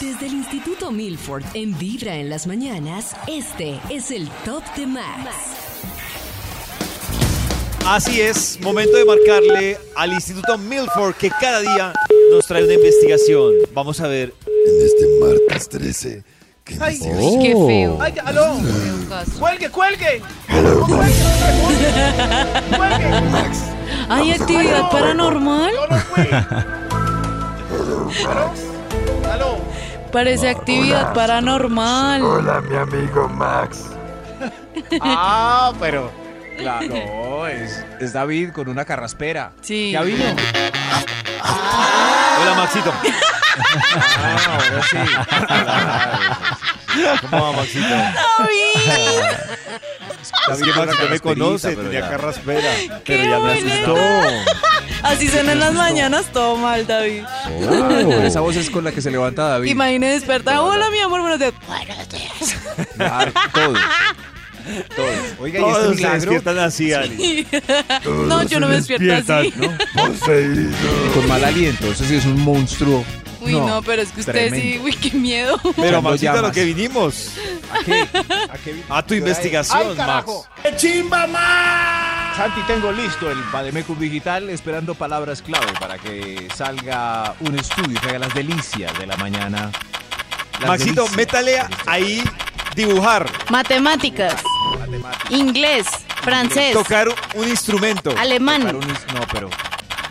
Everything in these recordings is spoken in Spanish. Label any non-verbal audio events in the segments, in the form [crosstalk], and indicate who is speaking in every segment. Speaker 1: Desde el Instituto Milford, en Vibra en las mañanas, este es el Top de Max.
Speaker 2: Así es, momento de marcarle al Instituto Milford que cada día nos trae una investigación. Vamos a ver.
Speaker 3: En este martes 13. ¿qué
Speaker 4: Ay,
Speaker 5: Oh.
Speaker 3: investigación?
Speaker 4: qué feo.
Speaker 6: ¡Ay, aló!
Speaker 4: feo caso.
Speaker 6: ¡Cuelgue, cuelgue!
Speaker 3: Hola, Max.
Speaker 6: ¡Cuelgue!
Speaker 3: Max.
Speaker 4: ¿Hay actividad paranormal?
Speaker 6: ¡Yo no fui! ¡Aló!
Speaker 4: Parece actividad paranormal.
Speaker 3: Hola, mi amigo Max.
Speaker 6: Ah, pero. Claro, no, es, es David con una carraspera.
Speaker 4: Sí.
Speaker 6: ¿Ya vino?
Speaker 2: Hola, Maxito.
Speaker 6: [laughs] Ah, ahora sí.
Speaker 2: ¿Cómo va, Maxito? Es que
Speaker 6: con
Speaker 2: Maxito
Speaker 6: una
Speaker 2: me conoce,
Speaker 3: pero
Speaker 2: tenía
Speaker 3: ya.
Speaker 2: carraspera.
Speaker 4: ¡Qué
Speaker 2: [laughs] Pero ya me
Speaker 4: buena!
Speaker 2: asustó.
Speaker 4: Así suenan las mañanas, todo mal, David.
Speaker 6: Con Esa voz es con la que se levanta David.
Speaker 4: Imagine despertar. Hola, mi amor, buenos días.
Speaker 6: Claro, todos. Todos. Oiga, ¿y este
Speaker 2: Todos se
Speaker 6: milagro?
Speaker 2: despiertan así, Ali.
Speaker 4: No, yo no me despierto así.
Speaker 3: Poseído.
Speaker 6: Con mal aliento. Eso sí es un monstruo.
Speaker 4: Uy, no, pero es que usted sí,
Speaker 6: tremendo.
Speaker 4: uy, qué miedo.
Speaker 2: Pero,
Speaker 6: Cuando
Speaker 2: Maxito, a lo
Speaker 6: llamas.
Speaker 2: que vinimos.
Speaker 6: ¿A qué? ¿A qué vino?
Speaker 2: A tu investigación, Max.
Speaker 6: ¡Qué chimba, Max! Santi, tengo listo el Bademecum Digital esperando palabras clave para que salga un estudio que haga las delicias de la mañana. Las
Speaker 2: Maxito,
Speaker 6: delicias.
Speaker 2: métale ahí dibujar,
Speaker 5: Matemáticas,
Speaker 6: Matemáticas,
Speaker 5: inglés, francés,
Speaker 2: tocar un instrumento,
Speaker 6: tocar
Speaker 5: alemán,
Speaker 6: un ins- No, pero...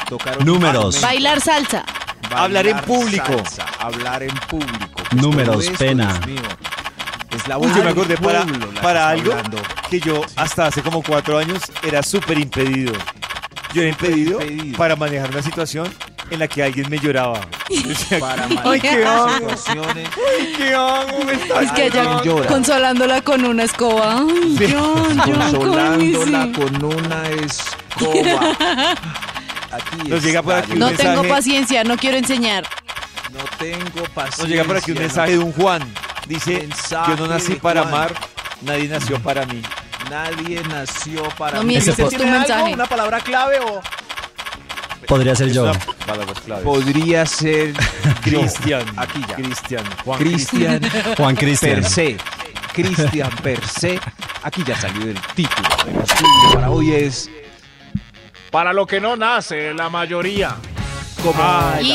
Speaker 6: Tocar un
Speaker 7: Números.
Speaker 6: instrumento,
Speaker 5: bailar salsa,
Speaker 2: Hablar en público.
Speaker 6: salsa, hablar en público. ¿Qué es
Speaker 7: Números,
Speaker 6: todo esto,
Speaker 7: pena.
Speaker 6: Dios mío? Es la
Speaker 2: Uy,
Speaker 6: voz
Speaker 2: yo me
Speaker 6: del
Speaker 2: acordé para,
Speaker 6: pueblo la
Speaker 2: para
Speaker 6: que
Speaker 2: algo
Speaker 6: está
Speaker 2: [laughs]
Speaker 6: hablando.
Speaker 2: que yo hasta hace como cuatro años era súper impedido. Yo era impedido,
Speaker 6: impedido.
Speaker 2: para manejar una situación en la que alguien me lloraba.
Speaker 6: para
Speaker 4: Ay, qué
Speaker 6: manejar situaciones.
Speaker 2: ¿Qué hago? Me está
Speaker 4: Es que allá
Speaker 6: John llora.
Speaker 4: consolándola con una escoba. Ay, John, John,
Speaker 6: consolándola
Speaker 4: cómo hice?
Speaker 6: con una escoba. Aquí
Speaker 2: Nos llega por
Speaker 6: está,
Speaker 2: aquí un
Speaker 5: no
Speaker 6: Dios.
Speaker 2: mensaje.
Speaker 5: tengo paciencia, no quiero enseñar.
Speaker 6: No tengo paciencia.
Speaker 2: Nos llega por aquí un
Speaker 6: no-
Speaker 2: mensaje de un Juan. Dice,
Speaker 6: Mensaje
Speaker 2: yo no nací
Speaker 6: de
Speaker 2: para
Speaker 6: Juan.
Speaker 2: amar, nadie nació para mí.
Speaker 6: Nadie nació para
Speaker 5: No
Speaker 6: mí.
Speaker 5: mientes
Speaker 6: ¿Usted
Speaker 5: por
Speaker 6: tiene
Speaker 5: tu
Speaker 6: algo?
Speaker 5: mensaje.
Speaker 6: ¿Una palabra clave o...?
Speaker 7: Podría ser yo.
Speaker 6: Podría [laughs] ser... yo.
Speaker 2: Cristian.
Speaker 6: Aquí ya.
Speaker 2: Cristian. Juan
Speaker 6: Cristian
Speaker 7: Juan Cristian.
Speaker 6: per se. Cristian per se. Aquí ya salió el título del estudio para hoy es... Para lo que no nace la mayoría. Como...
Speaker 2: A ver si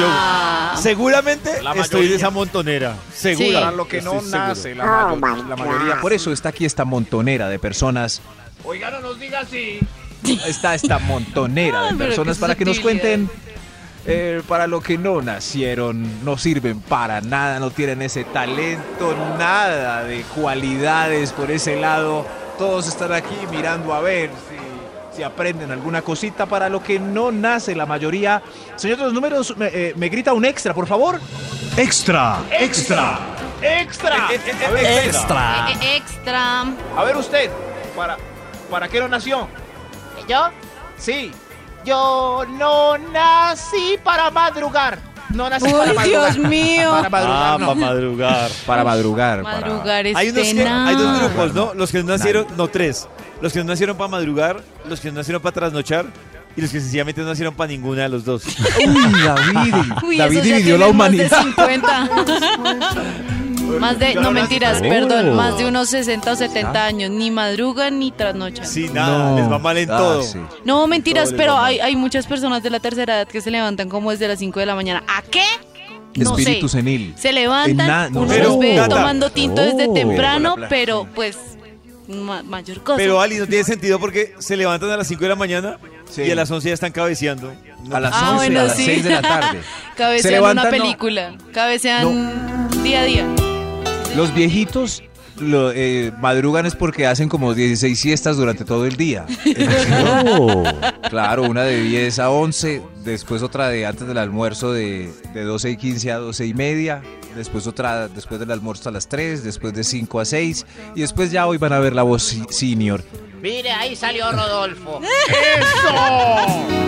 Speaker 2: yo-
Speaker 5: ¡Ya!
Speaker 2: Seguramente
Speaker 6: La
Speaker 2: estoy de
Speaker 6: mayoría.
Speaker 2: esa montonera. Segura.
Speaker 5: Para
Speaker 6: lo que no
Speaker 2: Estoy seguro.
Speaker 6: nace la, mayo- la mayoría. Por eso está aquí esta montonera de personas. Oiga, no nos diga así. Está esta montonera
Speaker 4: Ay,
Speaker 6: de
Speaker 4: pero
Speaker 6: personas
Speaker 4: qué
Speaker 6: para que nos
Speaker 4: sutilidad.
Speaker 6: cuenten. eh, para lo que no nacieron, no sirven para nada, no tienen ese talento, nada de cualidades por ese lado. Todos están aquí mirando a ver si, si aprenden alguna cosita para lo que no nace la mayoría. Señor de los números, me, eh, me grita un extra, por favor.
Speaker 7: Extra,
Speaker 6: Extra.
Speaker 8: Ah,
Speaker 6: Extra.
Speaker 7: extra.
Speaker 5: Eh, eh, Extra.
Speaker 6: eh,
Speaker 2: Ah,
Speaker 6: A ver usted, ¿para, ¿para qué no nació?
Speaker 8: ¿Yo?
Speaker 6: Sí.
Speaker 8: Yo no nací para madrugar. No nací para
Speaker 4: Uy,
Speaker 8: madrugar.
Speaker 4: Dios mío.
Speaker 8: Para madrugar,
Speaker 2: Ah,
Speaker 8: no.
Speaker 2: para madrugar.
Speaker 6: Para madrugar.
Speaker 4: Madrugar es
Speaker 2: Hay, unos que-
Speaker 4: tenaz.
Speaker 2: hay dos grupos, ¿no? Los que no nacieron, no tres. Los que no nacieron para madrugar, los que no nacieron para trasnochar y los que sencillamente no nacieron para ninguna de los dos.
Speaker 5: [laughs]
Speaker 6: Uy, David.
Speaker 4: Uy,
Speaker 6: David
Speaker 4: esos ya
Speaker 6: dividió la
Speaker 4: tienen
Speaker 6: humanidad.
Speaker 4: Más de 50.
Speaker 5: Más de, no mentiras,
Speaker 7: Oh.
Speaker 5: perdón, más de unos 60 o 70 años, ni madrugan ni trasnochan.
Speaker 2: Sí, nada, les va mal en
Speaker 6: Ah,
Speaker 2: todo.
Speaker 6: sí.
Speaker 5: No, mentiras,
Speaker 2: Todo le
Speaker 5: pero
Speaker 2: va mal.
Speaker 5: hay, hay muchas personas de la tercera edad que se levantan como desde las 5 de la mañana. ¿A qué? No sé.
Speaker 6: Espíritu senil.
Speaker 5: Se
Speaker 6: En na-
Speaker 5: levantan,
Speaker 6: no.
Speaker 5: uno
Speaker 2: Pero,
Speaker 5: los ve
Speaker 2: Nata,
Speaker 5: tomando tinto desde
Speaker 7: oh.
Speaker 5: temprano,
Speaker 6: Pero-
Speaker 5: pero pues ma- mayor cosa.
Speaker 2: Pero Ali, no tiene sentido porque se levantan a las 5 de la mañana
Speaker 6: Sí.
Speaker 2: y a las 11 ya están cabeceando.
Speaker 6: A las
Speaker 5: Ah,
Speaker 6: 11,
Speaker 5: bueno,
Speaker 6: a las
Speaker 5: sí.
Speaker 6: 6 de
Speaker 5: [laughs]
Speaker 6: la tarde.
Speaker 5: cabecean
Speaker 6: levantan,
Speaker 5: una
Speaker 6: no.
Speaker 5: película, cabecean día a día.
Speaker 6: Los viejitos lo, eh, madrugan es porque hacen como 16 siestas durante todo el día. Claro, una de 10 a 11, después otra de antes del almuerzo de, de 12 y 15 a 12 y media, después otra después del almuerzo a las 3, después de 5 a 6 y después ya hoy van a ver la voz si- senior.
Speaker 9: Mire, ahí salió Rodolfo.
Speaker 8: ¡Eso!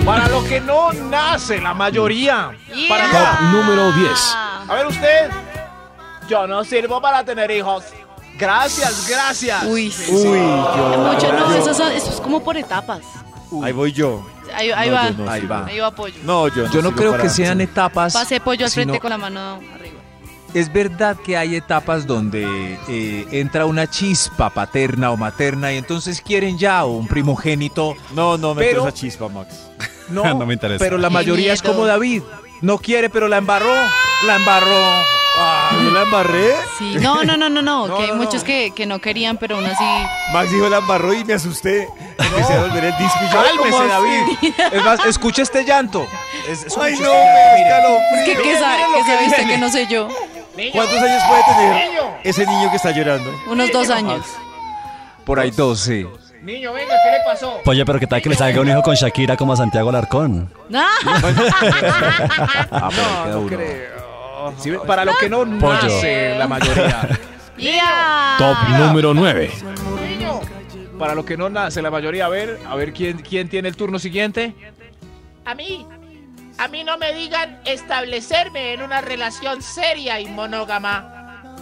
Speaker 8: Para lo que no nace la mayoría. Para nada.
Speaker 7: número 10.
Speaker 8: A ver usted. Yo no sirvo para tener hijos. Gracias, gracias.
Speaker 5: Uy,
Speaker 2: Uy,
Speaker 5: Mucho no, eso, son- eso es como por etapas.
Speaker 2: Ahí voy yo.
Speaker 5: Ahí, ahí
Speaker 2: No,
Speaker 5: va.
Speaker 2: yo no
Speaker 6: Ahí
Speaker 2: sirvo.
Speaker 6: va.
Speaker 5: Ahí va pollo.
Speaker 2: No, yo no.
Speaker 6: Yo no
Speaker 2: sirvo
Speaker 6: creo
Speaker 2: para-
Speaker 6: que sean etapas.
Speaker 5: Pase pollo al frente
Speaker 6: sino-
Speaker 5: con la mano arriba.
Speaker 6: Es verdad que hay etapas donde eh, entra una chispa paterna o materna y entonces quieren ya un primogénito.
Speaker 2: No, no, me
Speaker 6: e- Pero-
Speaker 2: entró esa chispa, Max.
Speaker 8: [laughs]
Speaker 6: No,
Speaker 7: No me interesa.
Speaker 6: Pero la mayoría es
Speaker 5: miedo.
Speaker 6: como David. No quiere, pero la embarró. La embarró. Ah,
Speaker 2: ¿Yo la embarré?
Speaker 5: Sí. No, no, no, no, no.
Speaker 2: No,
Speaker 5: que hay
Speaker 2: no, no.
Speaker 5: muchos Que, que no querían, pero aún así.
Speaker 2: Max dijo la embarró y me asusté. Empecé a volver el disco y yo,
Speaker 6: cálmese,
Speaker 2: ¿cómo así?
Speaker 6: David. Es más, escucha este llanto. Es- escucha
Speaker 2: ¡Ay,
Speaker 6: este
Speaker 2: no!
Speaker 6: llanto.
Speaker 2: me
Speaker 6: Mira,
Speaker 2: escalofrío.
Speaker 5: Que, que,
Speaker 2: Miren
Speaker 5: sabe-
Speaker 2: lo
Speaker 5: que
Speaker 2: que
Speaker 5: se viste
Speaker 2: viene.
Speaker 5: que no sé yo.
Speaker 2: ¿Cuántos años puede tener ese niño que está llorando?
Speaker 5: Unos dos años.
Speaker 6: Por ahí 12.
Speaker 9: Niño, venga, ¿qué le pasó?
Speaker 7: Oye, pero que tal que le salga un hijo con Shakira como a Santiago Alarcón.
Speaker 5: [laughs]
Speaker 6: Ah, pero ahí queda uno. Sí, Para lo que no
Speaker 7: Pollo.
Speaker 6: nace la mayoría.
Speaker 5: Ya.
Speaker 7: número 9.
Speaker 6: Para lo que no nace la mayoría. A ver, a ver quién, quién tiene el turno siguiente.
Speaker 9: A mí. A mí no me digan establecerme en una relación seria y monógama.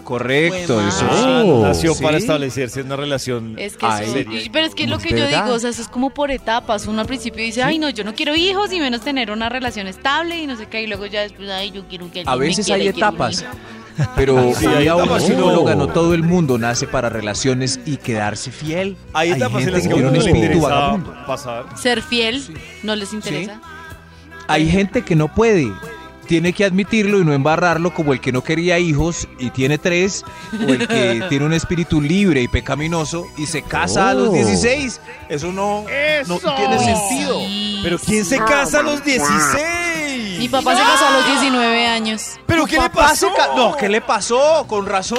Speaker 6: Correcto,
Speaker 5: Buen
Speaker 6: eso
Speaker 5: man.
Speaker 6: sí.
Speaker 2: Ah, nació
Speaker 6: Sí.
Speaker 2: para establecerse en una relación.
Speaker 5: Es que
Speaker 6: Ay,
Speaker 5: eso-
Speaker 6: sería.
Speaker 5: y- pero es que lo
Speaker 6: Es
Speaker 5: que yo
Speaker 6: verdad.
Speaker 5: digo, o sea, eso es como por etapas. Uno al principio dice, ay, no, yo no quiero hijos y menos tener una relación estable y no sé qué. Y luego ya después, ay, yo quiero que
Speaker 6: A
Speaker 5: alguien me
Speaker 6: veces
Speaker 5: quiera
Speaker 6: hay
Speaker 5: y quiero un
Speaker 6: etapas.
Speaker 5: hijo".
Speaker 6: Pero [laughs]
Speaker 2: Sí, hay
Speaker 6: había una
Speaker 2: etapas.
Speaker 6: psicóloga,
Speaker 7: Oh.
Speaker 6: no todo el mundo nace para relaciones y quedarse fiel.
Speaker 2: Hay etapas en las que a
Speaker 6: tiene
Speaker 2: uno
Speaker 6: un
Speaker 2: no le
Speaker 6: espíritu
Speaker 2: interesa
Speaker 6: vagabundo.
Speaker 2: pasar.
Speaker 5: Ser fiel no les interesa.
Speaker 6: Hay gente que no puede. Tiene que admitirlo y no embarrarlo como el que no quería hijos y tiene tres, o el que [laughs] tiene un espíritu libre y pecaminoso y se casa a los
Speaker 7: Oh.
Speaker 6: 16. Eso no, no tiene
Speaker 5: Uy,
Speaker 6: sentido.
Speaker 5: sí,
Speaker 2: Pero ¿quién se casa a los 16?
Speaker 5: Mi papá se casó a los 19 años,
Speaker 2: ¿Pero qué le
Speaker 6: Papá se
Speaker 2: pasó?
Speaker 6: ca- No, ¿qué le pasó? Con razón.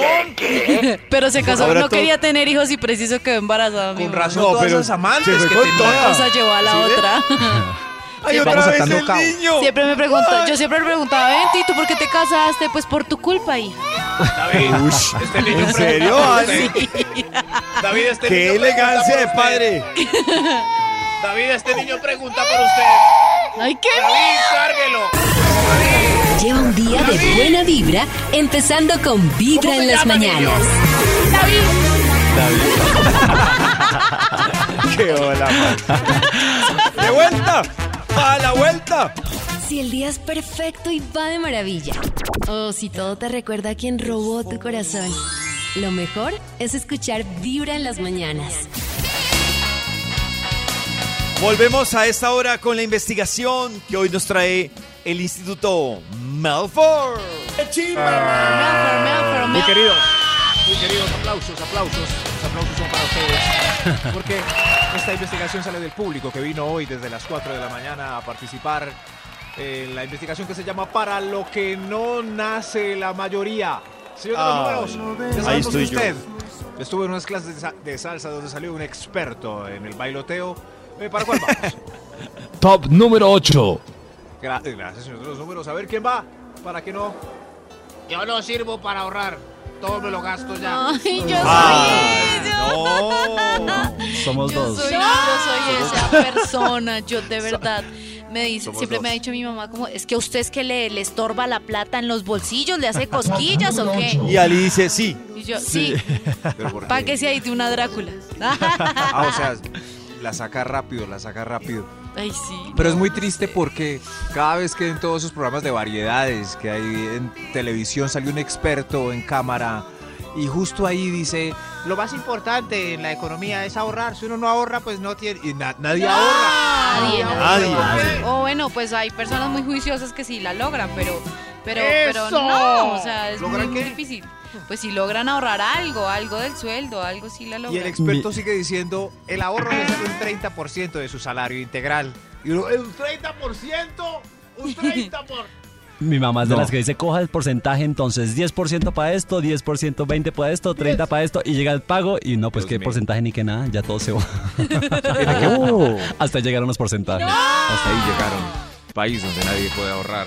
Speaker 5: pero se casó,
Speaker 2: Ahora
Speaker 5: no
Speaker 2: todo-
Speaker 5: quería tener hijos y preciso quedó embarazada. mi
Speaker 6: Con
Speaker 5: mamá.
Speaker 6: razón ¿eh?
Speaker 2: No,
Speaker 6: todas
Speaker 2: pero
Speaker 6: esas amantes
Speaker 2: se fue
Speaker 6: que
Speaker 2: con
Speaker 6: tenía.
Speaker 2: toda.
Speaker 5: O sea, llevó a la
Speaker 2: ¿Sí ve?
Speaker 5: otra.
Speaker 2: Ay,
Speaker 6: Vamos
Speaker 2: otra vez
Speaker 6: sacando
Speaker 2: el
Speaker 6: cabo.
Speaker 2: niño.
Speaker 5: Siempre me pregunto, yo siempre me preguntaba, "Ven, ¿y tú por qué te casaste? Pues por tu culpa, hija.
Speaker 2: ¿En serio? Ale?
Speaker 8: David, este
Speaker 2: ¡Qué
Speaker 8: niño pregunta
Speaker 2: elegancia
Speaker 8: por
Speaker 2: de
Speaker 8: usted.
Speaker 2: padre!
Speaker 8: David, este niño pregunta por usted.
Speaker 5: Ay, qué
Speaker 8: David, cárguelo.
Speaker 1: Lleva un día de buena vibra, empezando con Vibra en las mañanas.
Speaker 6: [laughs]
Speaker 2: ¡Qué hola, Max. ¡De vuelta! ¡A la vuelta!
Speaker 1: Si el día es perfecto y va de maravilla. O si todo te recuerda a quien robó tu corazón. Lo mejor es escuchar Vibra en las mañanas.
Speaker 2: Volvemos a esta hora con la investigación que hoy nos trae el Instituto Malfour.
Speaker 5: Melfer, Melfer,
Speaker 8: Muy
Speaker 5: Melfer.
Speaker 8: queridos, muy queridos, aplausos, aplausos. Los aplausos son para
Speaker 2: [laughs]
Speaker 8: ustedes.
Speaker 6: Porque esta investigación sale del público que vino hoy desde las 4 de la mañana a participar en la investigación que se llama Para lo que no nace la mayoría. Señor de
Speaker 2: Ay,
Speaker 6: los
Speaker 2: Ah.
Speaker 6: números, ya
Speaker 2: ahí
Speaker 6: sabemos
Speaker 2: estoy yo.
Speaker 6: usted. Estuve en unas clases de, sa- de salsa donde salió un experto en el bailoteo. Eh, ¿Para cuál vamos?
Speaker 7: Top número 8.
Speaker 6: Gra- eh, gracias, señor de los números. A ver quién va. ¿Para qué no?
Speaker 9: Yo no sirvo para ahorrar. Todo me lo gasto ya.
Speaker 5: Ay, yo soy
Speaker 2: Ay,
Speaker 5: ella.
Speaker 2: no.
Speaker 7: Somos
Speaker 5: Yo
Speaker 7: dos.
Speaker 5: soy, yo soy esa persona, yo de verdad. Me dice, siempre me ha dicho mi mamá como, es que a usted es que le, le estorba la plata en los bolsillos, le hace cosquillas o qué.
Speaker 2: Y Ali dice sí.
Speaker 5: Y yo, sí,
Speaker 6: Pero ¿por qué?
Speaker 5: pa' que sea ahí de una Drácula.
Speaker 6: Ah, o sea, la saca rápido, la saca rápido.
Speaker 5: Ay, sí.
Speaker 6: [laughs] Pero es muy triste porque cada vez que en todos esos programas de variedades que hay en televisión sale un experto en cámara y justo ahí dice,
Speaker 8: Lo más importante en la economía es ahorrar. Si uno no ahorra, pues no tiene.
Speaker 6: y na- nadie ahorra.
Speaker 5: Nadie,
Speaker 2: Nadie.
Speaker 5: nadie. O bueno, pues hay personas muy juiciosas que sí la logran, pero, pero, pero
Speaker 8: ¡Eso!
Speaker 5: no, o sea, es muy,
Speaker 6: ¿Logran
Speaker 5: muy
Speaker 6: qué?
Speaker 5: difícil. Pues si logran ahorrar algo, algo del sueldo, algo sí la
Speaker 6: Y el
Speaker 5: logran.
Speaker 6: experto sigue diciendo,
Speaker 8: El ahorro es un 30% de su salario integral.
Speaker 6: y uno, eh,
Speaker 8: ¿Un 30%? ¿Un 30%? Por...
Speaker 7: Mi mamá es de
Speaker 6: No.
Speaker 7: las que dice, coja el porcentaje, entonces 10% para esto, 10%, 20% para esto, 30% para esto, y llega el pago y no, pues
Speaker 6: Dios
Speaker 7: qué
Speaker 6: mío.
Speaker 7: porcentaje ni que nada, ya todo
Speaker 2: [laughs]
Speaker 7: se va. [laughs] Hasta llegaron los porcentajes.
Speaker 6: Hasta ahí llegaron. País donde nadie puede ahorrar.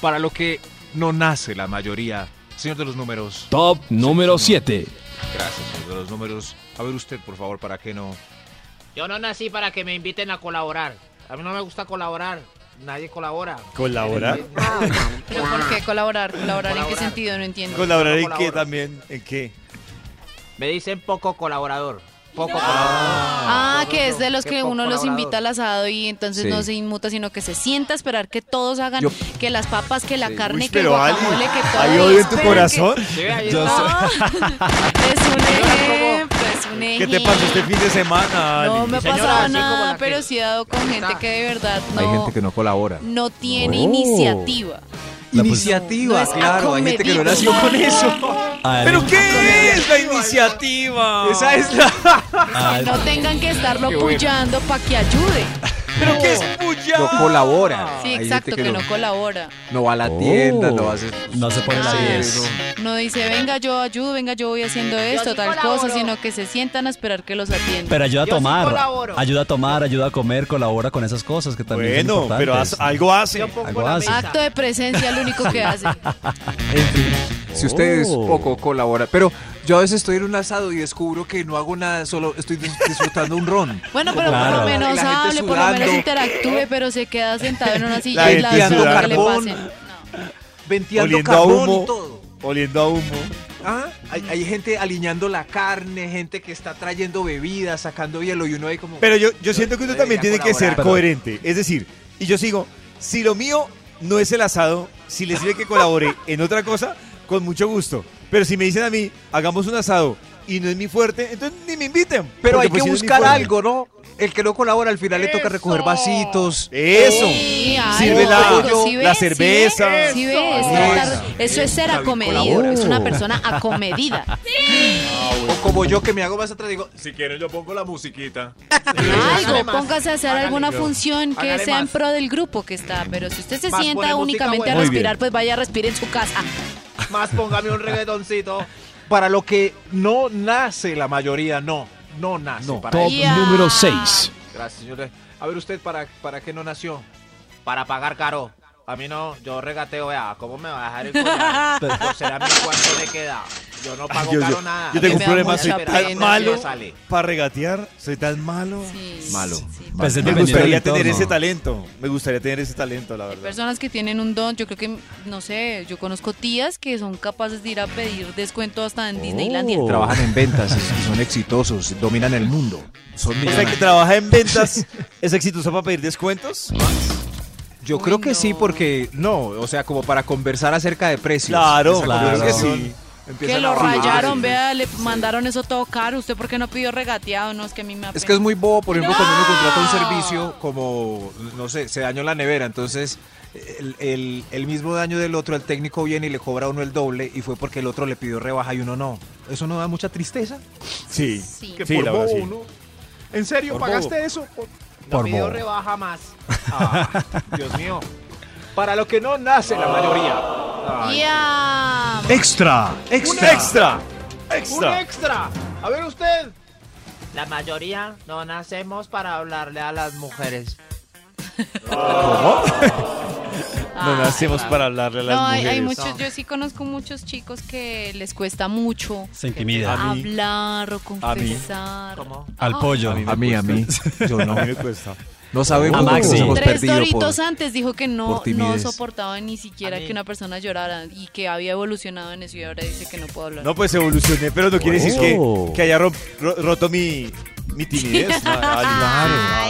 Speaker 6: Para lo que no nace la mayoría. Señor de los números.
Speaker 7: Top número 7.
Speaker 6: Gracias, señor de los números. A ver usted, por favor, para que no.
Speaker 9: Yo no nací para que me inviten a colaborar. A mí no me gusta colaborar. Nadie colabora.
Speaker 2: ¿Colaborar?
Speaker 5: ¿Pero por qué colaborar? ¿Colaborar en qué sentido? No entiendo.
Speaker 2: ¿Colaborar en
Speaker 9: Colaboro.
Speaker 2: qué también? ¿En qué?
Speaker 9: Me dicen poco colaborador. Poco colaborador.
Speaker 5: Ah, que
Speaker 9: Yo-
Speaker 5: es de los
Speaker 9: qué
Speaker 5: que
Speaker 9: poco
Speaker 5: uno los
Speaker 9: colaborador.
Speaker 5: invita al asado y entonces
Speaker 6: Sí.
Speaker 5: no se inmuta, sino que se sienta a esperar que todos hagan, que las papas, que la carne,
Speaker 2: Uy,
Speaker 5: que el
Speaker 2: pero Ali,
Speaker 5: guacamole, que todo.
Speaker 2: ¿hay odio en tu corazón?
Speaker 9: Sí, ahí
Speaker 5: [laughs]
Speaker 7: Yo
Speaker 9: está.
Speaker 5: Es un ejemplo, es un
Speaker 2: ¿Qué
Speaker 5: ejemplo.
Speaker 2: te pasó este fin de semana, Ali?
Speaker 5: No me ha
Speaker 9: Señora,
Speaker 5: pasado
Speaker 9: así como
Speaker 5: nada,
Speaker 9: la que-
Speaker 5: pero sí he dado con gente que de verdad
Speaker 6: Hay
Speaker 5: no,
Speaker 6: gente que no colabora.
Speaker 5: no tiene iniciativa.
Speaker 6: Iniciativa,
Speaker 5: No es acomedido.
Speaker 6: con eso.
Speaker 2: ¿Pero qué es la iniciativa?
Speaker 6: Esa es la.
Speaker 5: Que no tengan que estarlo apoyando para que ayude.
Speaker 2: ¿Pero qué es puya?
Speaker 6: [laughs] No colabora.
Speaker 5: Sí,
Speaker 6: Hay gente
Speaker 5: exacto, que,
Speaker 6: no,
Speaker 5: no colabora.
Speaker 6: no va a la tienda,
Speaker 2: Oh.
Speaker 6: no hace.
Speaker 7: No se pone la
Speaker 5: Ah,
Speaker 7: 10.
Speaker 5: No dice, venga, yo ayudo, venga, yo voy haciendo esto,
Speaker 9: sí
Speaker 5: tal
Speaker 9: colaboro.
Speaker 5: cosa, sino que se sientan a esperar que los atiendan.
Speaker 7: Pero ayuda a
Speaker 9: Yo sí
Speaker 7: tomar.
Speaker 9: colaboro.
Speaker 7: ayuda a tomar, ayuda a comer, colabora con esas cosas que también son
Speaker 2: Bueno, pero
Speaker 7: importantes.
Speaker 2: haz- algo hace.
Speaker 9: Yo pongo
Speaker 7: Algo
Speaker 9: la
Speaker 7: hace.
Speaker 9: mesa.
Speaker 5: Acto de presencia, lo único que hace.
Speaker 6: Si ustedes
Speaker 7: Oh.
Speaker 6: poco colaboran. Pero yo a veces estoy en un asado y descubro que no hago nada, solo estoy dis- disfrutando un
Speaker 9: [laughs]
Speaker 6: ron.
Speaker 5: Bueno, pero por
Speaker 7: Claro.
Speaker 5: lo menos
Speaker 6: Y la gente
Speaker 5: hable, por lo menos
Speaker 6: sudando.
Speaker 5: interactúe, pero se queda sentado en una
Speaker 2: La
Speaker 5: silla y la
Speaker 2: gente
Speaker 5: deja que le
Speaker 2: sudando.
Speaker 5: pasen.
Speaker 6: Venteando
Speaker 2: Oliendo a
Speaker 6: carbón
Speaker 2: humo.
Speaker 6: y todo.
Speaker 2: Oliendo a humo.
Speaker 6: Ah, Hay, hay gente alineando la carne, gente que está trayendo bebidas, sacando hielo y uno ahí como.
Speaker 2: Pero yo, yo siento que uno
Speaker 6: Yo
Speaker 2: también tiene
Speaker 6: debería
Speaker 2: que ser
Speaker 6: colaborar.
Speaker 2: coherente. Es decir, y yo sigo, si lo mío no es el asado, si les sirve que
Speaker 6: [laughs]
Speaker 2: colabore en otra cosa, con mucho gusto. Pero si me dicen a mí, hagamos un asado y no es mi fuerte, entonces ni me inviten.
Speaker 6: Pero
Speaker 2: porque
Speaker 6: hay
Speaker 2: pues
Speaker 6: que
Speaker 2: si no es mi
Speaker 6: buscar
Speaker 2: fuerte.
Speaker 6: algo, ¿no? El que no colabora al final le toca recoger vasitos.
Speaker 2: Eso.
Speaker 5: Sí, ay,
Speaker 2: Sirve
Speaker 5: no,
Speaker 2: la,
Speaker 5: algo, ¿sí ve?
Speaker 2: la
Speaker 5: ¿Sí ve?
Speaker 2: cerveza.
Speaker 5: Sí, ves, tratar- eso es ser acomedido,
Speaker 6: colabora.
Speaker 5: es una persona acomedida.
Speaker 6: O como yo que me hago más atrás digo, si quieren yo pongo la musiquita.
Speaker 5: Algo, póngase a hacer alguna función que
Speaker 9: Hágale
Speaker 5: sea en
Speaker 9: más.
Speaker 5: pro del grupo que está, pero si usted se
Speaker 9: Más
Speaker 5: sienta
Speaker 9: pone música
Speaker 5: únicamente a
Speaker 9: buena.
Speaker 7: Muy
Speaker 5: respirar,
Speaker 7: bien.
Speaker 5: pues vaya a respirar en su casa.
Speaker 9: Más póngame un reggaetoncito.
Speaker 6: Para lo que no nace la mayoría, no. No nace.
Speaker 7: No,
Speaker 6: para
Speaker 7: top
Speaker 6: eso.
Speaker 5: Ya.
Speaker 7: número 6.
Speaker 6: Gracias, señora. A ver usted, ¿para, para qué no nació?
Speaker 9: Para pagar caro. A mí no, yo regateo, vea, ¿cómo me va a dejar el collar? Pues será mi cuarto le queda. Yo no pago
Speaker 2: Yo,
Speaker 9: caro
Speaker 2: yo-
Speaker 9: nada.
Speaker 2: yo tengo
Speaker 5: A mí
Speaker 2: un
Speaker 5: me da
Speaker 2: problema,
Speaker 5: mucha
Speaker 2: soy
Speaker 5: pena,
Speaker 2: tan
Speaker 5: sí,
Speaker 2: malo
Speaker 9: me sale.
Speaker 2: para regatear, soy tan malo.
Speaker 5: Sí,
Speaker 6: Malo.
Speaker 5: sí, sí.
Speaker 7: Pues es
Speaker 2: Me
Speaker 7: dependiendo
Speaker 2: gustaría
Speaker 7: del
Speaker 2: tener
Speaker 7: entorno.
Speaker 2: ese talento. Me gustaría tener ese talento, la verdad.
Speaker 5: Personas que tienen un don, yo creo que, no sé, yo conozco tías que son capaces de ir a pedir descuento hasta en Disneylandia.
Speaker 6: Trabajan en ventas, y son exitosos, dominan el mundo. Son
Speaker 2: O sea, que
Speaker 6: millonarios.
Speaker 2: trabaja en ventas es exitoso para pedir descuentos.
Speaker 6: Yo
Speaker 5: Uy,
Speaker 6: creo que sí,
Speaker 5: no.
Speaker 6: porque no, o sea, como para conversar acerca de precios.
Speaker 2: Claro,
Speaker 6: Esa
Speaker 7: claro.
Speaker 6: conversación
Speaker 2: Sí.
Speaker 6: empiezan
Speaker 5: Que
Speaker 6: a
Speaker 5: lo
Speaker 6: bajar.
Speaker 5: rayaron, vea, le mandaron eso todo caro. ¿Usted por qué no pidió regateado? No, es que a mí me
Speaker 6: Es que es
Speaker 5: apena.
Speaker 6: muy bobo, por ejemplo,
Speaker 5: ¡No!
Speaker 6: cuando uno contrata un servicio, como, no sé, se dañó la nevera, entonces el, el- el mismo daño del otro, el técnico viene y le cobra a uno el doble y fue porque el otro le pidió rebaja y uno no. Eso no da mucha tristeza.
Speaker 2: Sí,
Speaker 5: Sí.
Speaker 2: sí, la verdad, sí.
Speaker 6: ¿En serio
Speaker 2: Por
Speaker 6: pagaste eso? Por-
Speaker 9: No
Speaker 7: Por
Speaker 9: pidió
Speaker 7: bobo.
Speaker 2: [laughs]
Speaker 9: rebaja más. Ah, Dios mío. Para lo que no nace
Speaker 2: Ah.
Speaker 9: la mayoría.
Speaker 5: Ya.
Speaker 7: Extra.
Speaker 2: Extra. Extra.
Speaker 9: ¡Un extra! A ver usted. La mayoría no nacemos para hablarle a las mujeres.
Speaker 2: No nacemos para hablarle a las
Speaker 5: Ah. No, hay,
Speaker 2: mujeres.
Speaker 5: hay muchos, yo sí conozco muchos chicos que les cuesta mucho
Speaker 7: Se intimida.
Speaker 2: A mí.
Speaker 5: hablar o
Speaker 2: A mí.
Speaker 5: confesar.
Speaker 9: ¿Cómo?
Speaker 7: Al pollo.
Speaker 6: A mí, a mí.
Speaker 2: Pues,
Speaker 6: Yo
Speaker 2: [laughs]
Speaker 6: no.
Speaker 2: A mí me cuesta.
Speaker 6: No
Speaker 2: Oh.
Speaker 6: sabemos
Speaker 7: A
Speaker 6: cómo
Speaker 7: Maxi.
Speaker 6: nos hemos
Speaker 5: Tres
Speaker 6: perdido
Speaker 5: doritos
Speaker 6: por-
Speaker 5: antes dijo que no,
Speaker 6: por
Speaker 5: no
Speaker 6: timidez.
Speaker 5: soportaba ni siquiera
Speaker 9: A mí.
Speaker 5: que una persona llorara y que había evolucionado en eso y ahora dice que no puedo hablar.
Speaker 2: No, pues evolucioné, pero no quiere decir que,
Speaker 7: Oh.
Speaker 2: que haya rom- ro- roto mi, mi timidez. No,
Speaker 5: Ay,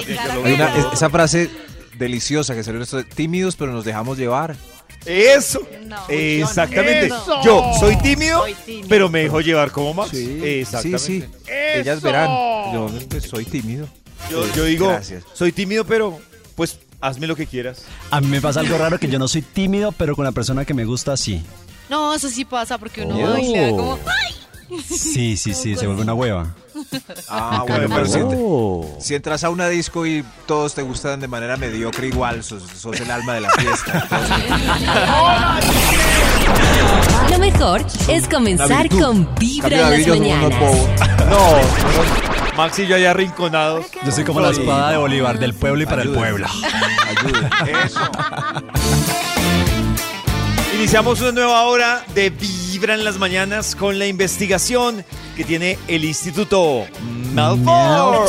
Speaker 2: no, tiene
Speaker 5: claro
Speaker 2: que
Speaker 6: Hay una-
Speaker 2: lograr.
Speaker 6: es- esa frase deliciosa que salió en esto de, tímidos pero nos dejamos llevar.
Speaker 2: Eso.
Speaker 5: No.
Speaker 6: Eh,
Speaker 2: Exactamente.
Speaker 9: Eso.
Speaker 2: Yo soy tímido,
Speaker 9: Soy tímido.
Speaker 2: pero me dejo llevar como Max.
Speaker 6: sí,
Speaker 2: Exactamente.
Speaker 6: sí. Ellas verán. Yo pues, soy tímido.
Speaker 2: Yo,
Speaker 6: Sí,
Speaker 2: yo digo,
Speaker 6: gracias.
Speaker 2: soy tímido, pero pues hazme lo que quieras.
Speaker 7: A mí me pasa algo raro que yo no soy tímido, pero con la persona que me gusta sí.
Speaker 5: No, eso sí pasa porque uno
Speaker 7: Oh.
Speaker 5: ay, le da como.
Speaker 7: Sí, sí, sí, se vuelve una hueva.
Speaker 6: [laughs] Ah, bueno, pero si, ent-
Speaker 7: Oh.
Speaker 6: si entras a una disco y todos te gustan de manera mediocre igual, sos, sos el alma de la [laughs] fiesta. Entonces,
Speaker 1: Lo mejor es comenzar
Speaker 6: virtud.
Speaker 1: con
Speaker 6: cambio,
Speaker 1: Vibra en las
Speaker 6: David, yo soy unos
Speaker 1: mañanas.
Speaker 6: bobos.
Speaker 2: No, no, Max y yo allá arrinconados.
Speaker 7: Yo soy como la espada de Bolívar, del pueblo y para el
Speaker 6: Ayúdenme.
Speaker 7: pueblo.
Speaker 6: Ayúdenme.
Speaker 9: Eso.
Speaker 2: Iniciamos una nueva hora de Vibra en las mañanas con la investigación que tiene el Instituto Malfoy.
Speaker 8: Todo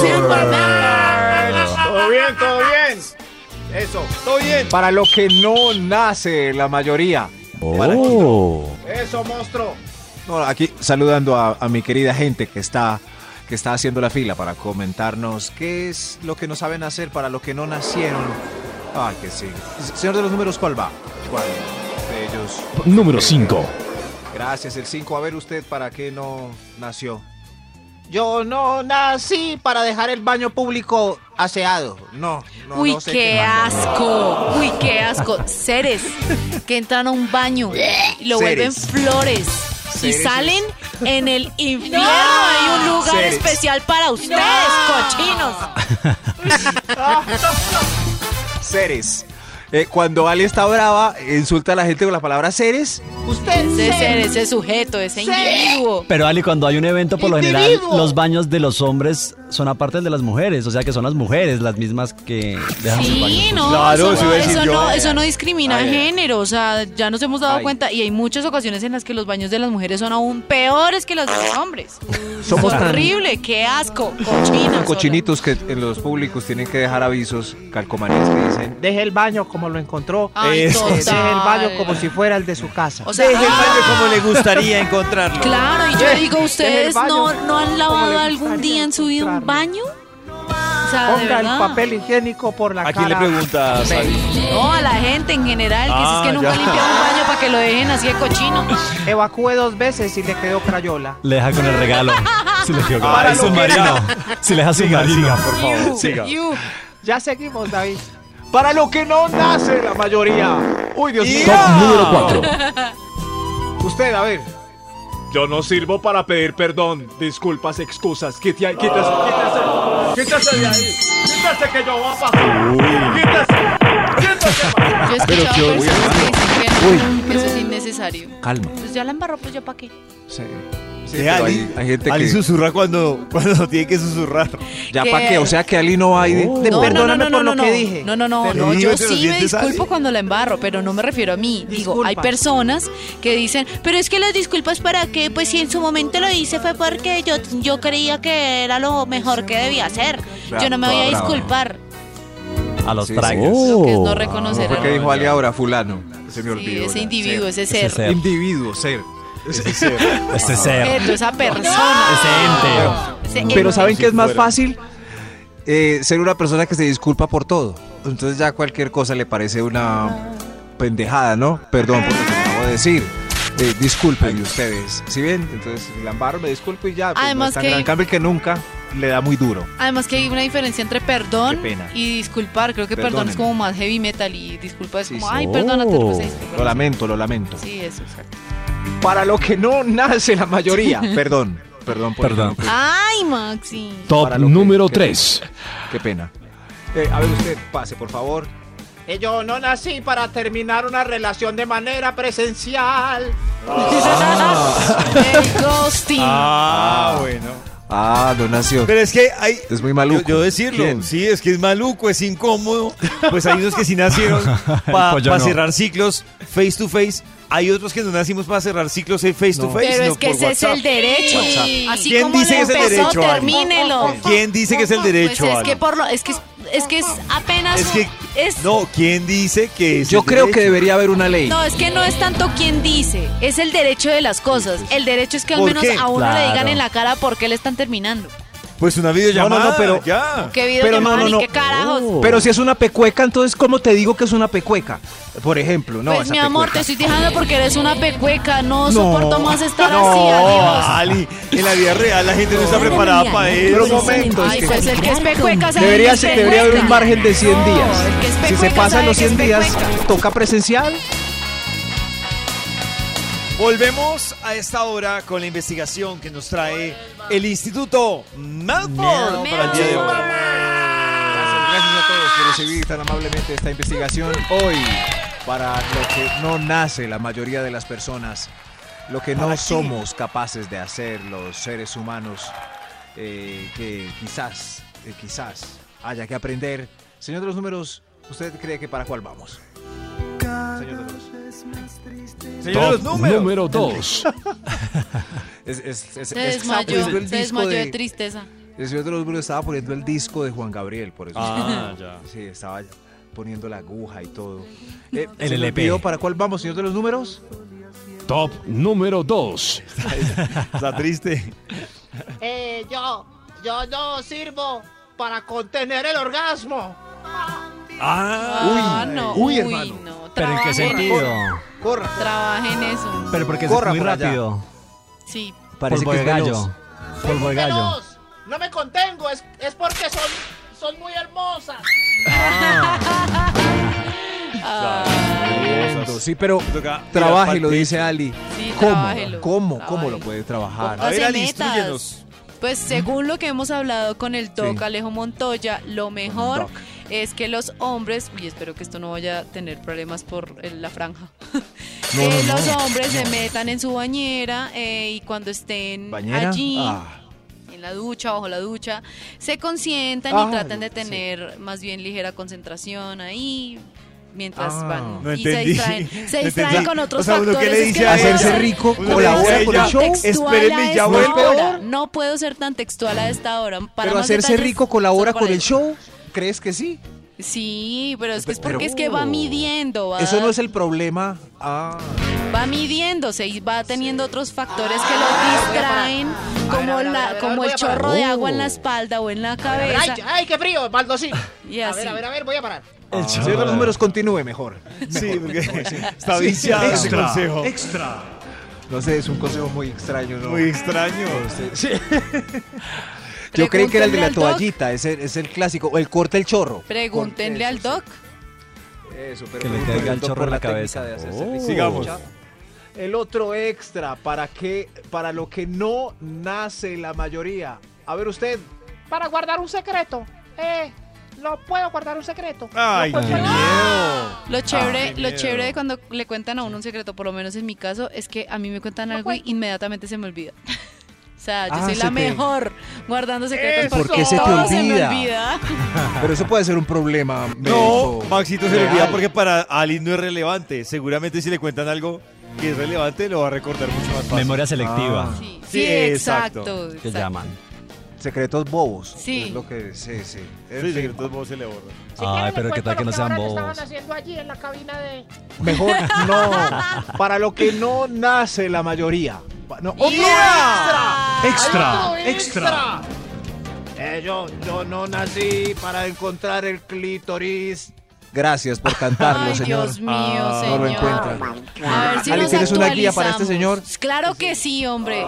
Speaker 8: bien, todo bien. Eso,
Speaker 2: ¿Todo bien?
Speaker 6: Para lo que no nace la mayoría.
Speaker 7: Oh.
Speaker 8: eso, monstruo.
Speaker 6: No, aquí saludando a, a mi querida gente que está, que está haciendo la fila para comentarnos qué es lo que no saben hacer para lo que no nacieron. Ah, que sí. Señor de los números, ¿cuál va? ¿Cuál de ellos?
Speaker 10: Número 5.
Speaker 6: Gracias, el 5. A ver usted, ¿para qué no nació?
Speaker 9: Yo no nací para dejar el baño público aseado. No, no,
Speaker 5: Uy,
Speaker 9: no sé
Speaker 5: qué asco. Uy, qué asco. Seres que entran a un baño y lo vuelven
Speaker 6: Seres.
Speaker 5: flores. Y
Speaker 6: Seres.
Speaker 5: salen en
Speaker 6: [laughs]
Speaker 5: el infierno. Hay un lugar
Speaker 6: Seres.
Speaker 5: especial para ustedes, cochinos.
Speaker 6: Seres. Eh, cuando Ali está brava, insulta a la gente con la palabra seres.
Speaker 5: Ese ser, ese sujeto, ese individuo.
Speaker 7: Pero Ali, cuando hay un evento, por lo general, los baños de los hombres son aparte del de las mujeres. O sea que son las mujeres las mismas que dejan sus
Speaker 5: Sí,
Speaker 7: baños.
Speaker 5: no,
Speaker 2: Claro, eso
Speaker 5: eso, no,
Speaker 2: iba a decir
Speaker 5: eso
Speaker 2: yo.
Speaker 5: no, eso no discrimina
Speaker 6: Ay, ay.
Speaker 5: género, o sea, ya nos hemos dado
Speaker 6: Ay.
Speaker 5: cuenta y hay muchas ocasiones en las que los baños de las mujeres son aún peores que los de los hombres.
Speaker 6: Somos
Speaker 5: es
Speaker 6: tan-
Speaker 5: horrible, qué asco, cochinos.
Speaker 6: Cochinitos que en los públicos tienen que dejar avisos, calcomanías que dicen.
Speaker 9: Deje el baño como lo encontró.
Speaker 5: Ay,
Speaker 2: Eso.
Speaker 5: total.
Speaker 9: Deje el baño como si fuera el de su casa.
Speaker 5: O sea,
Speaker 2: Deje el
Speaker 5: ah,
Speaker 2: baño como le gustaría encontrarlo.
Speaker 5: Claro, y yo digo,
Speaker 9: Deje
Speaker 5: ¿ustedes
Speaker 9: el baño
Speaker 5: no, no han lavado
Speaker 9: le
Speaker 5: algún
Speaker 9: gustaría
Speaker 5: día en su vida un
Speaker 9: encontrarlo.
Speaker 5: baño? O sea, Ah, de
Speaker 9: Ponga el
Speaker 5: verdad.
Speaker 9: papel higiénico por la
Speaker 2: ¿A quién
Speaker 9: cara.
Speaker 2: le preguntas? Abby?
Speaker 5: No, a la gente en general, que
Speaker 2: Ah,
Speaker 5: si es que nunca
Speaker 2: ya.
Speaker 5: limpia un baño para que lo dejen así de cochino.
Speaker 9: Evacué dos veces y le quedó crayola.
Speaker 7: Le deja con el
Speaker 5: [laughs]
Speaker 7: regalo. Si le quedó
Speaker 2: Para
Speaker 7: Ay,
Speaker 2: lo que
Speaker 7: submarino. Si le deja submarino. por
Speaker 5: Iu,
Speaker 2: siga.
Speaker 5: iu.
Speaker 9: Ya seguimos, David.
Speaker 6: Para lo que no nace la mayoría. Uy, Dios mío.
Speaker 2: Ya.
Speaker 10: Número 4.
Speaker 6: Usted, a ver.
Speaker 8: Yo no sirvo para pedir perdón, disculpas, excusas. Quita- Quítase, quítase, quítase de ahí. Quítase que yo voy a pasar. Quítase, quítase. man.
Speaker 5: Yo he escuchado personas que dicen que no, eso es innecesario.
Speaker 6: Calma.
Speaker 5: Pues ya la embarró, pues ya para qué.
Speaker 6: Sí. Sí,
Speaker 2: Eh,
Speaker 6: pero
Speaker 2: Ali,
Speaker 6: hay, hay gente
Speaker 2: Ali
Speaker 6: que.
Speaker 2: susurra cuando, [laughs] cuando tiene que susurrar.
Speaker 6: Ya
Speaker 5: que-
Speaker 6: para qué, o sea que Ali no va y de- de-
Speaker 5: No,
Speaker 9: Perdóname
Speaker 5: no, no,
Speaker 9: por
Speaker 5: no,
Speaker 9: lo
Speaker 5: no,
Speaker 9: que
Speaker 5: no.
Speaker 9: dije.
Speaker 5: No, no, no,
Speaker 2: Te
Speaker 5: no,
Speaker 2: digo
Speaker 5: yo
Speaker 2: entre los
Speaker 5: sí me
Speaker 2: dientes, Ale.
Speaker 5: disculpo cuando la embarro, pero no me refiero a mí. Digo, hay
Speaker 9: Disculpa.
Speaker 5: personas que dicen, pero es que las disculpas para qué, pues si en su momento lo hice fue porque yo, yo creía que era lo mejor que debía hacer. Yo no me voy a
Speaker 6: Bravo.
Speaker 5: disculpar.
Speaker 7: A los
Speaker 6: Sí, sí.
Speaker 7: tragos.
Speaker 5: Lo que es no
Speaker 7: Oh.
Speaker 5: reconocer
Speaker 6: ¿Por
Speaker 5: a
Speaker 6: qué
Speaker 5: la-
Speaker 6: dijo Ali ahora fulano? Se
Speaker 5: Sí,
Speaker 6: me olvidó.
Speaker 5: ese
Speaker 6: ya.
Speaker 5: individuo, ese
Speaker 7: Ese
Speaker 5: ser.
Speaker 7: ser.
Speaker 6: Individuo, ser.
Speaker 7: Este ser.
Speaker 5: Objeto, esa persona.
Speaker 7: Ese
Speaker 5: Ese
Speaker 6: Pero
Speaker 5: ente.
Speaker 6: ¿saben qué es más
Speaker 2: fuera.
Speaker 6: fácil? Eh, ser una persona que se disculpa por todo. Entonces ya cualquier cosa le parece una pendejada, ¿no? Perdón por lo que acabo de decir. Eh, disculpen ustedes. ¿Sí ven? Entonces, la embarro, me disculpo y ya. pues,
Speaker 5: Además
Speaker 6: no es tan
Speaker 5: que-
Speaker 6: gran cambio que nunca le da muy duro.
Speaker 5: Además que hay una diferencia entre perdón
Speaker 6: Qué pena.
Speaker 5: y disculpar. Creo que perdón es
Speaker 6: Perdónenme.
Speaker 5: como más heavy metal y disculpa es
Speaker 6: Sí,
Speaker 5: como,
Speaker 6: sí.
Speaker 5: ay, perdónate,
Speaker 7: Oh.
Speaker 5: pues, disculpa.
Speaker 6: Lo lamento, lo lamento.
Speaker 5: Sí, eso, exacto.
Speaker 6: Para lo que no nace la mayoría. Perdón, perdón, por
Speaker 7: Perdón.
Speaker 6: ejemplo.
Speaker 5: Ay, Maxi. [laughs]
Speaker 10: Top
Speaker 6: Para lo que-
Speaker 10: número
Speaker 6: que-
Speaker 10: 3.
Speaker 6: Qué pena. Eh, a ver usted, pase, por favor.
Speaker 9: Que Eh, yo no nací para terminar una relación de manera presencial.
Speaker 5: El ghosting.
Speaker 2: Ah, bueno.
Speaker 6: Ah, no nació.
Speaker 2: Pero es que hay.
Speaker 6: Es muy maluco.
Speaker 2: Yo, yo decirlo,
Speaker 6: ¿Quién?
Speaker 2: sí, es que es maluco, es incómodo. Pues hay unos que sí
Speaker 6: [laughs]
Speaker 2: nacieron para
Speaker 7: Pues yo no.
Speaker 2: cerrar ciclos face to face. Hay otros que no nacimos para cerrar ciclos eh, face to
Speaker 6: No.
Speaker 2: face.
Speaker 5: Pero
Speaker 2: sino
Speaker 5: es que
Speaker 2: por
Speaker 5: ese
Speaker 2: WhatsApp.
Speaker 5: es el derecho.
Speaker 2: WhatsApp.
Speaker 5: Así
Speaker 2: ¿Quién
Speaker 5: como
Speaker 2: dice
Speaker 5: lo
Speaker 2: que es el
Speaker 5: empezó,
Speaker 2: derecho, Ale?
Speaker 5: termínelo.
Speaker 2: ¿Quién dice que es el
Speaker 5: Pues
Speaker 2: derecho?
Speaker 5: es que
Speaker 2: Ale?
Speaker 5: por lo, es que es, es que es apenas
Speaker 2: Es que-
Speaker 5: es- no.
Speaker 2: No, ¿quién dice que es
Speaker 6: Yo
Speaker 2: el
Speaker 6: creo que
Speaker 2: derecho?
Speaker 6: debería haber una ley.
Speaker 5: es que no es tanto quien dice, es el derecho de las cosas. El derecho es que al
Speaker 2: ¿Por
Speaker 5: menos
Speaker 2: qué?
Speaker 5: a uno le digan
Speaker 7: Claro.
Speaker 5: en la cara por qué le están terminando.
Speaker 2: Pues una videollamada.
Speaker 6: No, no, no, pero-
Speaker 2: Ya.
Speaker 5: ¿Qué video
Speaker 6: Pero no, no, no.
Speaker 5: qué carajos?
Speaker 7: Oh.
Speaker 6: Pero si es una pecueca, entonces, ¿cómo te digo que es una pecueca? Por ejemplo, no.
Speaker 5: pues
Speaker 6: esa
Speaker 5: mi amor, te
Speaker 6: pecueca.
Speaker 5: estoy dejando porque eres una pecueca. No, soporto más estar así,
Speaker 2: No,
Speaker 5: adiós.
Speaker 2: Oh, Ali, en la vida real la gente no está
Speaker 1: Cada
Speaker 2: preparada
Speaker 1: mañana,
Speaker 2: para eso.
Speaker 6: Pero un momento, es
Speaker 5: Ay,
Speaker 6: que-
Speaker 5: pues el que es
Speaker 1: Vibrar
Speaker 5: pecueca
Speaker 1: con-
Speaker 5: sabe
Speaker 6: Debería,
Speaker 5: que es
Speaker 6: ser- debería haber un
Speaker 5: pecueca.
Speaker 6: margen de 100
Speaker 5: No,
Speaker 6: días.
Speaker 5: el que es
Speaker 6: si se
Speaker 5: pecueca
Speaker 6: pasan
Speaker 5: sabe
Speaker 6: los
Speaker 5: que es
Speaker 6: 100 días,
Speaker 5: pecueca.
Speaker 6: toca presencial.
Speaker 2: Volvemos a esta hora con la investigación que nos trae el Instituto Melford para el día de hoy.
Speaker 6: Gracias, gracias a todos por recibir tan amablemente esta investigación hoy para lo que no nace la mayoría de las personas, lo que no somos capaces de hacer los seres humanos, eh, que quizás, eh, quizás haya que aprender. Señor de los números, ¿usted cree que para cuál vamos? Señor de los
Speaker 2: Señor, los números.
Speaker 10: número 2.
Speaker 6: es- es-
Speaker 5: Se
Speaker 6: es- es que estaba
Speaker 5: desmayó,
Speaker 6: poniendo Pues el
Speaker 5: se
Speaker 6: disco
Speaker 5: desmayó de
Speaker 6: de-
Speaker 5: tristeza.
Speaker 6: El señor de los números estaba poniendo el disco de Juan Gabriel, por eso.
Speaker 2: Ah, ya.
Speaker 6: Sí, estaba poniendo la aguja y todo. Eh, se
Speaker 7: El
Speaker 6: me
Speaker 7: LP.
Speaker 6: olvidó, ¿Para cuál vamos, señor de los números?
Speaker 10: Top número 2.
Speaker 2: Está triste.
Speaker 9: Eh, yo, yo no sirvo para contener el orgasmo.
Speaker 5: Ah, no.
Speaker 6: uy, hermano.
Speaker 5: no.
Speaker 7: Pero en
Speaker 5: Trabajen-
Speaker 7: qué sentido.
Speaker 6: Corra.
Speaker 5: Trabaja en eso.
Speaker 7: Pero porque
Speaker 6: Corra
Speaker 7: es muy
Speaker 6: por allá.
Speaker 7: rápido.
Speaker 5: Sí.
Speaker 7: Parece
Speaker 6: Polvo
Speaker 7: que
Speaker 6: de
Speaker 7: es gallo.
Speaker 6: gallos.
Speaker 7: Polvo de gallo.
Speaker 9: Veloz. No me contengo, es, es porque son, son muy hermosas.
Speaker 5: Ah,
Speaker 6: Sí, pero
Speaker 2: Toca
Speaker 6: trabaje, lo
Speaker 2: mirar
Speaker 6: dice Ali.
Speaker 5: Sí,
Speaker 6: ¿Cómo?
Speaker 5: trabájelo,
Speaker 6: ¿Cómo? ¿Cómo lo
Speaker 5: trabájelo.
Speaker 6: puede trabajar?
Speaker 2: A ver,
Speaker 5: Póngase
Speaker 2: Ali,
Speaker 5: metas.
Speaker 2: instruyenos.
Speaker 5: Pues según lo que hemos hablado con el doc
Speaker 6: Sí.
Speaker 5: Alejo Montoya, lo mejor
Speaker 6: Doc.
Speaker 5: es que los hombres, y espero que esto no vaya a tener problemas por eh, la franja, [laughs]
Speaker 6: No,
Speaker 5: Eh,
Speaker 6: no,
Speaker 5: los
Speaker 6: no,
Speaker 5: hombres se metan en su bañera eh, y cuando estén
Speaker 6: ¿Bañera?
Speaker 5: allí,
Speaker 6: Ah,
Speaker 5: en la ducha, bajo la ducha, se consientan
Speaker 6: Ah,
Speaker 5: y tratan de
Speaker 6: sí.
Speaker 5: tener más bien ligera concentración ahí. Mientras
Speaker 6: Ah.
Speaker 5: van
Speaker 2: No
Speaker 5: y
Speaker 2: entendí.
Speaker 5: se
Speaker 2: [laughs]
Speaker 5: distraen,
Speaker 2: No
Speaker 5: se distraen
Speaker 2: entendí.
Speaker 5: con otros
Speaker 2: O sea, uno que
Speaker 5: factores.
Speaker 2: le
Speaker 5: es
Speaker 2: dice
Speaker 5: que
Speaker 2: a
Speaker 5: no puedo
Speaker 6: hacerse
Speaker 5: ser-
Speaker 6: rico,
Speaker 2: uno
Speaker 6: colabora
Speaker 2: dice,
Speaker 6: con
Speaker 2: "Ya,
Speaker 6: el show.
Speaker 5: textual
Speaker 2: espérenme,
Speaker 5: a
Speaker 2: ya
Speaker 5: esta
Speaker 2: vuelvo".
Speaker 5: hora. No puedo ser tan textual a esta hora. Para
Speaker 6: Pero
Speaker 5: más
Speaker 6: hacerse
Speaker 5: detalles,
Speaker 6: rico colabora
Speaker 5: solo
Speaker 6: con el
Speaker 5: eso.
Speaker 6: show. ¿Crees que sí?
Speaker 5: Sí, pero es que es
Speaker 6: Pero-
Speaker 5: porque es que va midiendo, va,
Speaker 6: Eso no es el problema. Ah,
Speaker 5: va midiéndose y va teniendo otros factores
Speaker 9: Ah,
Speaker 5: que lo distraen, como
Speaker 9: ver, a ver, a
Speaker 5: la,
Speaker 9: ver,
Speaker 5: como
Speaker 9: voy
Speaker 5: el
Speaker 9: a parar.
Speaker 5: chorro de agua
Speaker 6: Oh.
Speaker 5: en la espalda o en la
Speaker 9: Ay,
Speaker 5: cabeza.
Speaker 9: ay, qué frío, baldosín.
Speaker 5: Y
Speaker 9: A
Speaker 5: así.
Speaker 9: ver, a ver, a ver, voy a parar.
Speaker 7: El
Speaker 6: señor de Ah. los números, continúe mejor.
Speaker 2: Sí,
Speaker 6: [laughs]
Speaker 2: porque está viciado ese consejo.
Speaker 6: No sé, es un consejo muy extraño, ¿no?
Speaker 2: Muy extraño.
Speaker 6: Yo creí que era el de la
Speaker 5: Pregúntenle al doc.
Speaker 6: toallita, es el, es el clásico, o el corte el chorro.
Speaker 5: Pregúntenle al doc.
Speaker 6: Eso, pero
Speaker 7: Que le
Speaker 6: me
Speaker 7: caiga el
Speaker 6: preguntó
Speaker 7: chorro
Speaker 6: por
Speaker 7: en la
Speaker 6: técnica
Speaker 7: cabeza.
Speaker 6: de hacerse
Speaker 7: Oh.
Speaker 6: rico.
Speaker 2: Sigamos.
Speaker 6: El otro extra para que para lo que no nace la mayoría. A ver usted.
Speaker 9: Para guardar un secreto. Eh, no puedo guardar un secreto.
Speaker 2: Ay, qué miedo.
Speaker 6: Ah,
Speaker 5: Lo chévere,
Speaker 2: qué
Speaker 5: lo
Speaker 2: miedo.
Speaker 5: chévere de cuando le cuentan a uno un secreto, por lo menos en mi caso, es que a mí me cuentan algo y inmediatamente se me olvida. [laughs] O sea, yo
Speaker 6: Ah,
Speaker 5: soy
Speaker 6: se
Speaker 5: la
Speaker 6: te-
Speaker 5: mejor guardando secretos
Speaker 9: Eso.
Speaker 5: porque
Speaker 6: ¿Por qué se te
Speaker 5: todo se me
Speaker 6: olvida?
Speaker 5: olvida.
Speaker 6: Pero eso puede ser un problema.
Speaker 2: No, Maxito se le
Speaker 6: Real.
Speaker 2: olvida porque para Ali no es relevante. Seguramente si le cuentan algo que es relevante lo va a recordar mucho más fácil.
Speaker 7: Memoria selectiva.
Speaker 6: Ah.
Speaker 5: Sí,
Speaker 2: Sí,
Speaker 5: sí,
Speaker 2: exacto.
Speaker 5: exacto.
Speaker 7: Que
Speaker 5: exacto.
Speaker 7: llaman.
Speaker 6: Secretos bobos.
Speaker 5: Sí.
Speaker 6: Es lo que sí, sí.
Speaker 2: Sí,
Speaker 6: En fin,
Speaker 2: sí, entonces vos se le borra.
Speaker 9: Si
Speaker 7: Ay,
Speaker 9: quieren, les
Speaker 7: pero qué
Speaker 9: cuento
Speaker 7: tal que
Speaker 9: lo
Speaker 7: no sean
Speaker 9: ahora
Speaker 7: bobos.
Speaker 9: estaban haciendo allí en la cabina de...
Speaker 5: [laughs]
Speaker 6: Mejor no. Para lo que no nace la mayoría. Pa- No, otro
Speaker 9: ¡Otro
Speaker 10: extra.
Speaker 9: Eh, yo, yo no nací para encontrar el clítoris.
Speaker 6: Gracias por cantarlo,
Speaker 5: Ay,
Speaker 6: señor. Ah,
Speaker 5: Dios mío,
Speaker 6: no
Speaker 5: señor.
Speaker 6: lo encuentra.
Speaker 5: A ver si
Speaker 6: Ali,
Speaker 5: nos
Speaker 6: ¿tienes una guía para este
Speaker 5: actualizamos.
Speaker 6: señor?
Speaker 5: Claro que sí, hombre.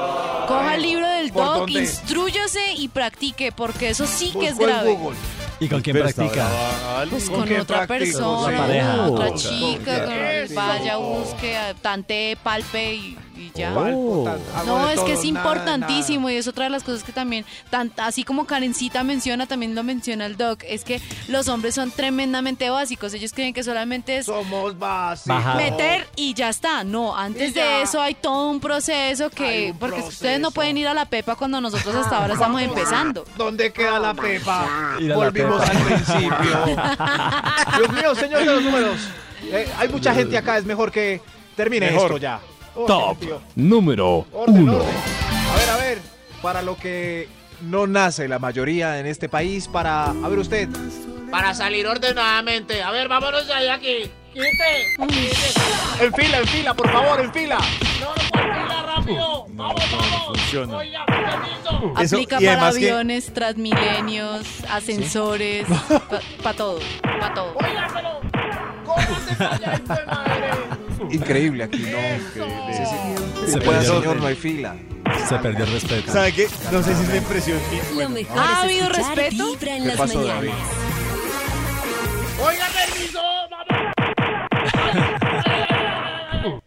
Speaker 5: Coja el libro del
Speaker 9: ¿por
Speaker 5: doc,
Speaker 9: dónde?
Speaker 5: instrúyase y practique, porque eso sí que es
Speaker 6: Busco en
Speaker 5: grave.
Speaker 6: Google.
Speaker 7: ¿Y con quién
Speaker 2: Pero está
Speaker 7: practica?
Speaker 2: brava, Ali.
Speaker 5: Pues
Speaker 6: ¿Con
Speaker 5: con,
Speaker 6: qué
Speaker 5: otra
Speaker 6: practico?
Speaker 5: persona,
Speaker 7: Sí. Pareja.
Speaker 5: con otra
Speaker 7: Con-
Speaker 5: chica, con-
Speaker 6: Eso.
Speaker 5: vaya, busque, a- tantee, palpe y, y ya.
Speaker 6: Palpo, tan- hago
Speaker 5: No,
Speaker 6: de
Speaker 5: es que
Speaker 6: todo,
Speaker 5: es
Speaker 6: nada,
Speaker 5: importantísimo y es otra de las cosas que también, tan- así como Karencita menciona, también lo menciona el doc, es que los hombres son tremendamente básicos, ellos creen que solamente es
Speaker 9: Somos básicos.
Speaker 7: Bajado.
Speaker 5: meter y ya está. No, antes
Speaker 9: Y ya.
Speaker 5: de eso hay todo un proceso
Speaker 9: Hay
Speaker 5: que,
Speaker 9: un
Speaker 5: porque ustedes no
Speaker 9: proceso.
Speaker 5: pueden ir a la pepa cuando nosotros hasta ahora estamos empezando.
Speaker 9: ¿Dónde queda la pepa?
Speaker 7: Ir a la
Speaker 9: Volvimos
Speaker 7: pepa.
Speaker 9: al principio.
Speaker 6: Dios mío, señor de los números. Eh, hay mucha gente acá, es mejor que termine
Speaker 2: Mejor.
Speaker 6: esto ya. Orden,
Speaker 10: Top
Speaker 6: tío.
Speaker 10: número
Speaker 6: Orden,
Speaker 10: 1.
Speaker 6: orden. A ver, a ver, para lo que no nace la mayoría en este país, para... A ver usted.
Speaker 9: Para salir ordenadamente. A ver, vámonos de ahí aquí. Quite. quite. En fila, en fila, por favor, en fila. No, por fila, rápido. Vamos, vamos.
Speaker 2: funciona.
Speaker 9: Oiga, permiso.
Speaker 2: Eso,
Speaker 5: Aplica
Speaker 2: y
Speaker 5: para
Speaker 2: además que-
Speaker 5: aviones, transmilenios, ascensores, para todo, para todo.
Speaker 9: Oiga, pero. ¿Cómo se falla esto de madre?
Speaker 6: Increíble aquí, ¿no?
Speaker 7: Se
Speaker 6: Se puede,
Speaker 7: perdió.
Speaker 6: señor, no hay fila.
Speaker 7: Se perdió el respeto.
Speaker 2: ¿Sabe qué? No sé si es la impresión.
Speaker 1: Lo
Speaker 2: Bueno,
Speaker 1: mejor
Speaker 5: ¿Ha
Speaker 1: es
Speaker 5: habido
Speaker 1: escuchar
Speaker 5: respeto?
Speaker 1: Vibra en
Speaker 6: ¿Qué
Speaker 1: las
Speaker 6: pasó, David?
Speaker 1: mañanas.
Speaker 9: Oiga, permiso. Vamos.